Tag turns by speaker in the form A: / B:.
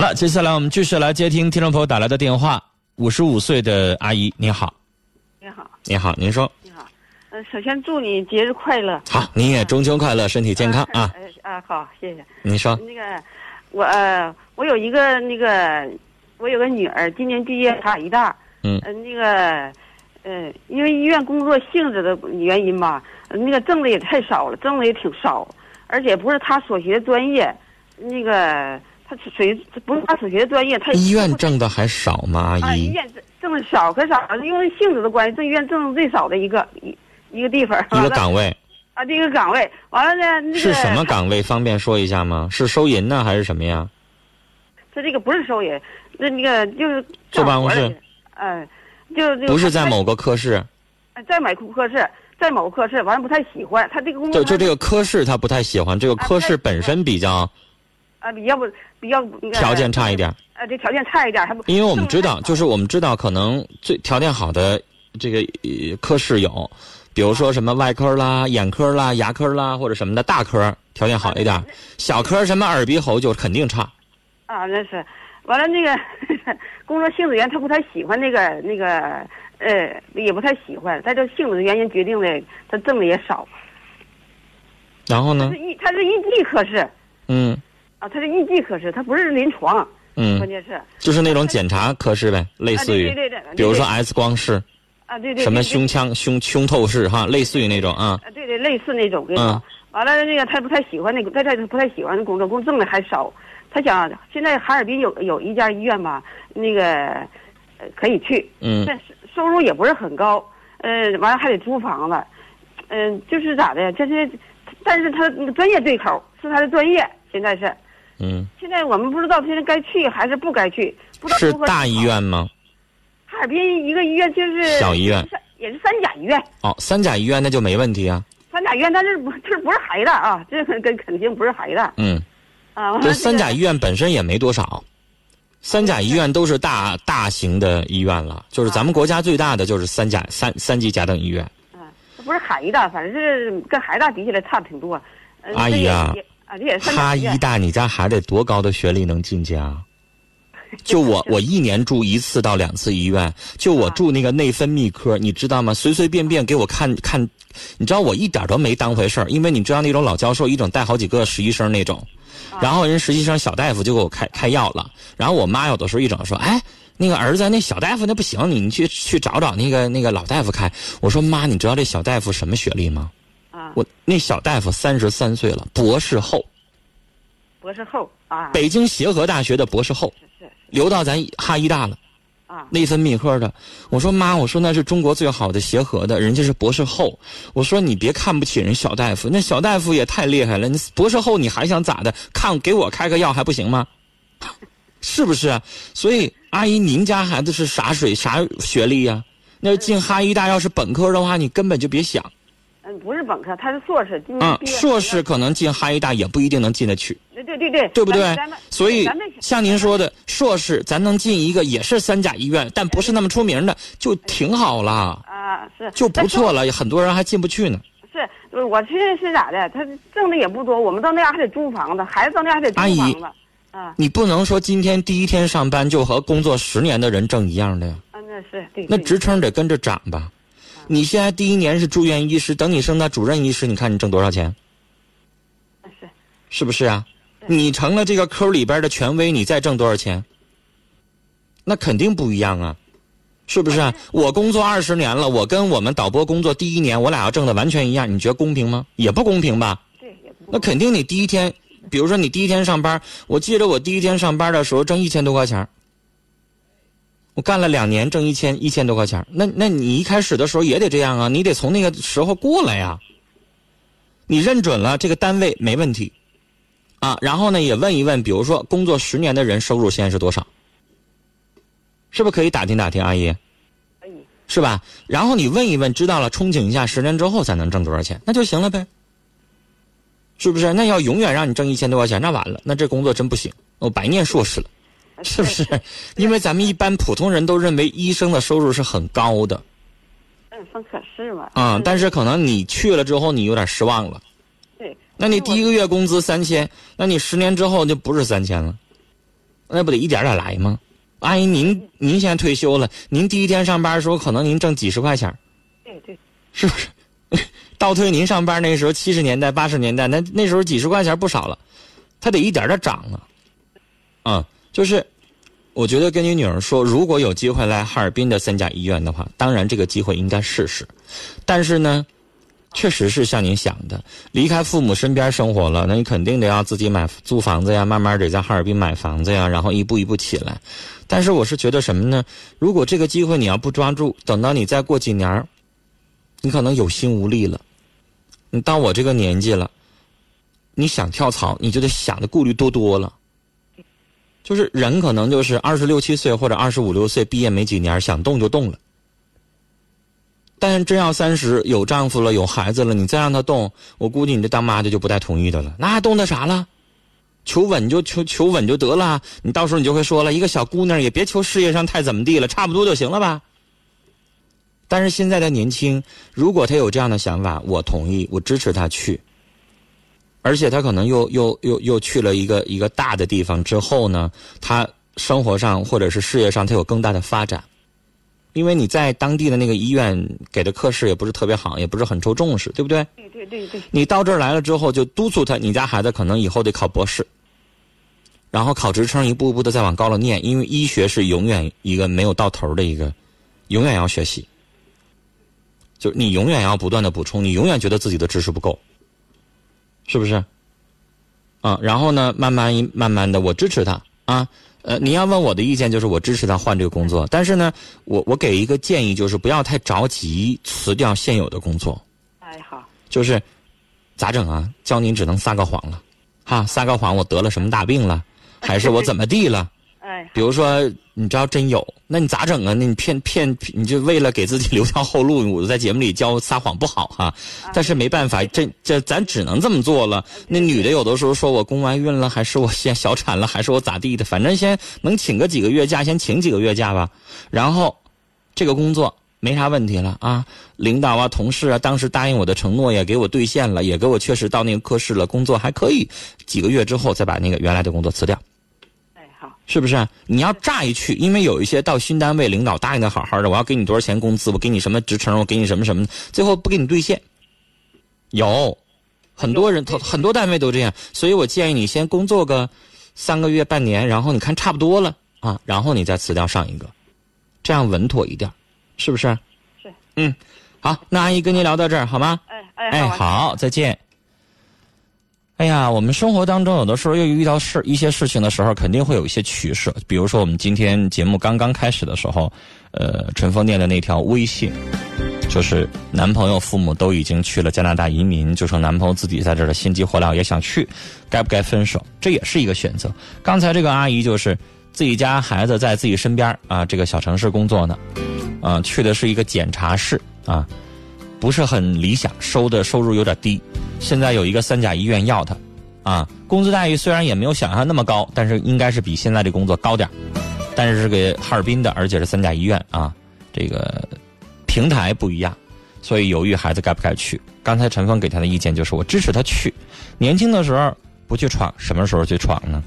A: 了，接下来我们继续来接听听众朋友打来的电话。五十五岁的阿姨，你好，
B: 你好，
A: 你好，您说
B: 你好，呃，首先祝你节日快乐，
A: 好，您也中秋快乐，身体健康啊！
B: 呃啊，好，谢谢。
A: 您说，
B: 那个，我呃，我有一个那个，我有个女儿，今年毕业大一大，
A: 嗯
B: 呃，那个，呃，因为医院工作性质的原因吧，呃那个挣的也太少了，挣的也挺少，而且不是她所学专业，那个她属于不是她所学的专业，她
A: 医院挣的还少吗？
B: 啊，
A: 阿
B: 医
A: 姨，
B: 院挣挣的少可少了，因为性质的关系，这医院挣的最少的一个一一个地方，
A: 一
B: 完
A: 个
B: 了
A: 岗位
B: 啊，这个岗位，完了呢，那个
A: 是什么岗位？方便说一下吗？是收银呢，还是什么呀？
B: 他这个不是收银，那那个就是
A: 坐办公室
B: 干活的，嗯、就就
A: 不是在某个科室，
B: 在某科室，在某科室，完了不太喜欢他这个工作
A: 就
B: 他，
A: 就这个科室他不太喜欢，这个科室本身比较
B: 啊，比较不比较那个
A: 条件差一点。
B: 啊，这条件差一点，还不
A: 因为我们知道，
B: 正常
A: 就是我们知道，可能最条件好的这个呃科室有，比如说什么外科啦、眼科啦、牙科啦或者什么的大科条件好一点，小科什么耳鼻喉就肯定差。
B: 啊，那是，完了那个 工作性质原因，他不太喜欢那个那个呃，也不太喜欢，他这性质的原因决定的，他挣的也少，
A: 然后呢
B: 是，一他是一级科室
A: 嗯
B: 啊，他是一级科室，他不是临床，关
A: 嗯，
B: 键是。
A: 就是那种检查科室呗，类似于
B: 啊、对对对对，
A: 比如说 X 光室、
B: 啊，对对，
A: 什么
B: 对
A: 胸腔、胸胸透视哈，类似于那种啊。
B: 啊，对对，类似那种。跟你
A: 嗯
B: 说，完了那个他不太喜欢那个，他他不太喜欢那工作，工挣的还少。他想现在哈尔滨有有一家医院吧，那个呃可以去，
A: 嗯
B: 但是收入也不是很高，呃，完了还得租房子，嗯、就是咋的呀？这是，但是他那个专业对口，是他的专业，现在是。
A: 嗯，
B: 现在我们不知道现在该去还是不该去，不知道
A: 是
B: 如何
A: 大医
B: 好。
A: 院吗？
B: 哈尔滨一个医院就是
A: 小医院，
B: 也是三甲医院，
A: 哦，三甲医院那就没问题啊。
B: 三甲医院，但是不 这不是孩子啊，这个跟肯定不是孩子
A: 嗯。
B: 啊。完了
A: 这三甲
B: 这
A: 医院本身也没多少，三甲医院都是大大型的医院了，就是咱们国家最大的就是三甲三三级甲等医院。
B: 个啊这不是孩子，反正是跟孩子比起来差挺多。嗯
A: 阿
B: 这
A: 姨
B: 也
A: 啊
B: 也啊，这也是三
A: 哈
B: 甲医
A: 医
B: 院
A: 大，你家孩子得多高的学历能进去啊？就我我一年住一次到两次医院，就我住那个内分泌科，你知道吗？随随便便给我看看，你知道我一点都没当回事儿，因为你知道那种老教授一整带好几个实习生那种，然后人实习生小大夫就给我开开药了，然后我妈有的时候一整说，哎。那个儿子，那小大夫那不行，你你去去找找那个那个老大夫开。我说妈，你知道这小大夫什么学历吗？
B: 啊，
A: 我那小大夫三十三岁了，博士后。
B: 博士后啊，
A: 北京协和大学的博士后，
B: 是是
A: 留到咱哈医大了，
B: 啊，
A: 内分泌科的。我说妈，我说那是中国最好的协和的，人家是博士后。我说你别看不起人小大夫，那小大夫也太厉害了，你博士后你还想咋的？看给我开个药还不行吗？ 是不是？啊所以阿姨，您家孩子是啥水啥学历呀、那进哈医大要是本科的话，你根本就别想
B: 嗯，不是本科，他是硕士，今
A: 啊
B: 年、毕业嗯
A: 硕士可能进哈医大也不一定能进得去。
B: 对对对对，
A: 对不对
B: 哎咱咱们？
A: 所以
B: 咱们
A: 像您说的，硕士咱能进一个也是三甲医院，但不是那么出名的，就挺好了，
B: 啊是
A: 就不错了。很多人还进不去呢。
B: 是，我现在是咋的？他挣的也不多，我们到那样还得租房子，孩子到那样还得租
A: 阿姨
B: 房子。啊，
A: 你不能说今天第一天上班就和工作十年的人挣一样的呀，
B: 啊那是对。
A: 那
B: 对
A: 职称得跟着涨吧。
B: 嗯
A: 你现在第一年是住院医师，等你升到主任医师，你看你挣多少钱？
B: 是
A: 是不是啊？
B: 对
A: 你成了这个科里边的权威，你再挣多少钱？那肯定不一样啊，是不是啊？我工作二十年了，我跟我们导播工作第一年，我俩要挣的完全一样，你觉得公平吗？也不公平吧？
B: 对也不
A: 那肯定你第一天，比如说你第一天上班，我记得我第一天上班的时候挣一千多块钱儿我干了两年挣一千一千多块钱儿那那你一开始的时候也得这样啊，你得从那个时候过来呀、你认准了这个单位没问题，啊，然后呢也问一问，比如说工作十年的人收入现在是多少，是不是可以打听打听阿姨？
B: 可以。
A: 是吧？然后你问一问，知道了，憧憬一下，十年之后才能挣多少钱，那就行了呗，是不是？那要永远让你挣一千多块钱，那完了，那这工作真不行，我白念硕士了，
B: 啊
A: 是不是？因为咱们一般普通人都认为医生的收入是很高的
B: 嗯，分科室嘛。
A: 啊、
B: 嗯
A: 但是可能你去了之后，你有点失望了。
B: 对，
A: 那你第一个月工资三千，那你十年之后就不是三千了，那不得一点点来吗？阿姨，您您现在退休了，您第一天上班的时候，可能您挣几十块钱儿，
B: 对对，
A: 是不是？倒推您上班那时候，七十年代、八十年代，那那时候几十块钱不少了，他得一点点涨啊。啊，就是我觉得跟你女儿说，如果有机会来哈尔滨的三甲医院的话，当然这个机会应该试试。但是呢，确实是像您想的，离开父母身边生活了，那你肯定得要自己买租房子呀，慢慢得在哈尔滨买房子呀，然后一步一步起来。但是我是觉得什么呢？如果这个机会你要不抓住，等到你再过几年儿，你可能有心无力了。你嗯到我这个年纪了，你想跳槽，你就得想的顾虑多多了。就是人可能就是二十六七岁或者二十五六岁毕业没几年，想动就动了。但是真要三十有丈夫了有孩子了，你再让他动，我估计你这当妈的就不带同意的了。那还动他啥了？求稳就求求稳就得了。你到时候你就会说了，一个小姑娘也别求事业上太怎么地了，差不多就行了吧。但是现在的年轻，如果他有这样的想法，我同意，我支持他去。而且他可能又又又又去了一个一个大的地方之后呢，他生活上或者是事业上他有更大的发展，因为你在当地的那个医院给的课室也不是特别好，也不是很受重视，对不对？
B: 对对对对，
A: 你到这儿来了之后，就督促他，你家孩子可能以后得考博士，然后考职称，一步一步的再往高了念，因为医学是永远一个没有到头的一个，永远要学习，就是你永远要不断的补充，你永远觉得自己的知识不够，是不是？啊，然后呢，慢慢一慢慢的，我支持他啊。呃，您要问我的意见，就是我支持他换这个工作，但是呢，我我给一个建议，就是不要太着急辞掉现有的工作。
B: 哎好，
A: 就是咋整啊？教您只能撒个谎了，哈，撒个谎，我得了什么大病了，还是我怎么地了？
B: 哎
A: 比如说，你知道真有，那你咋整啊？那你骗骗，你就为了给自己留条后路，我在节目里教撒谎不好哈、
B: 哎
A: 但是没办法，这这咱只能这么做了。那女的有的时候说我宫外孕了，还是我先小产了，还是我咋地的，反正先能请个几个月假，先请几个月假吧。然后，这个工作没啥问题了啊，领导啊、同事啊，当时答应我的承诺也给我兑现了，也给我确实到那个科室了，工作还可以。几个月之后再把那个原来的工作辞掉。
B: 哎好，
A: 是不是？你要乍一去，因为有一些到新单位，领导答应的好好的，我要给你多少钱工资，我给你什么职称，我给你什么什么，最后不给你兑现。有很多人，
B: 对对
A: 很多单位都这样，所以我建议你先工作个三个月、半年，然后你看差不多了啊，然后你再辞掉上一个，这样稳妥一点，是不是？
B: 是。
A: 嗯，好，那阿姨跟您聊到这儿好吗？
B: 哎哎
A: 哎，
B: 好啊，
A: 好，再见。哎呀，我们生活当中有的时候又遇到事一些事情的时候，肯定会有一些取舍。比如说，我们今天节目刚刚开始的时候，呃，陈峰念的那条微信，就是男朋友父母都已经去了加拿大移民，就剩男朋友自己在这儿了，心急火燎也想去，该不该分手？这也是一个选择。刚才这个阿姨就是自己家孩子在自己身边儿啊，这个小城市工作呢，啊，去的是一个检查室啊，不是很理想，收的收入有点低。现在有一个三甲医院要他，啊，工资待遇虽然也没有想象那么高，但是应该是比现在这工作高点儿但是是给哈尔滨的，而且是三甲医院啊，这个平台不一样，所以犹豫孩子该不该去。刚才陈峰给他的意见就是，我支持他去，年轻的时候不去闯，什么时候去闯呢？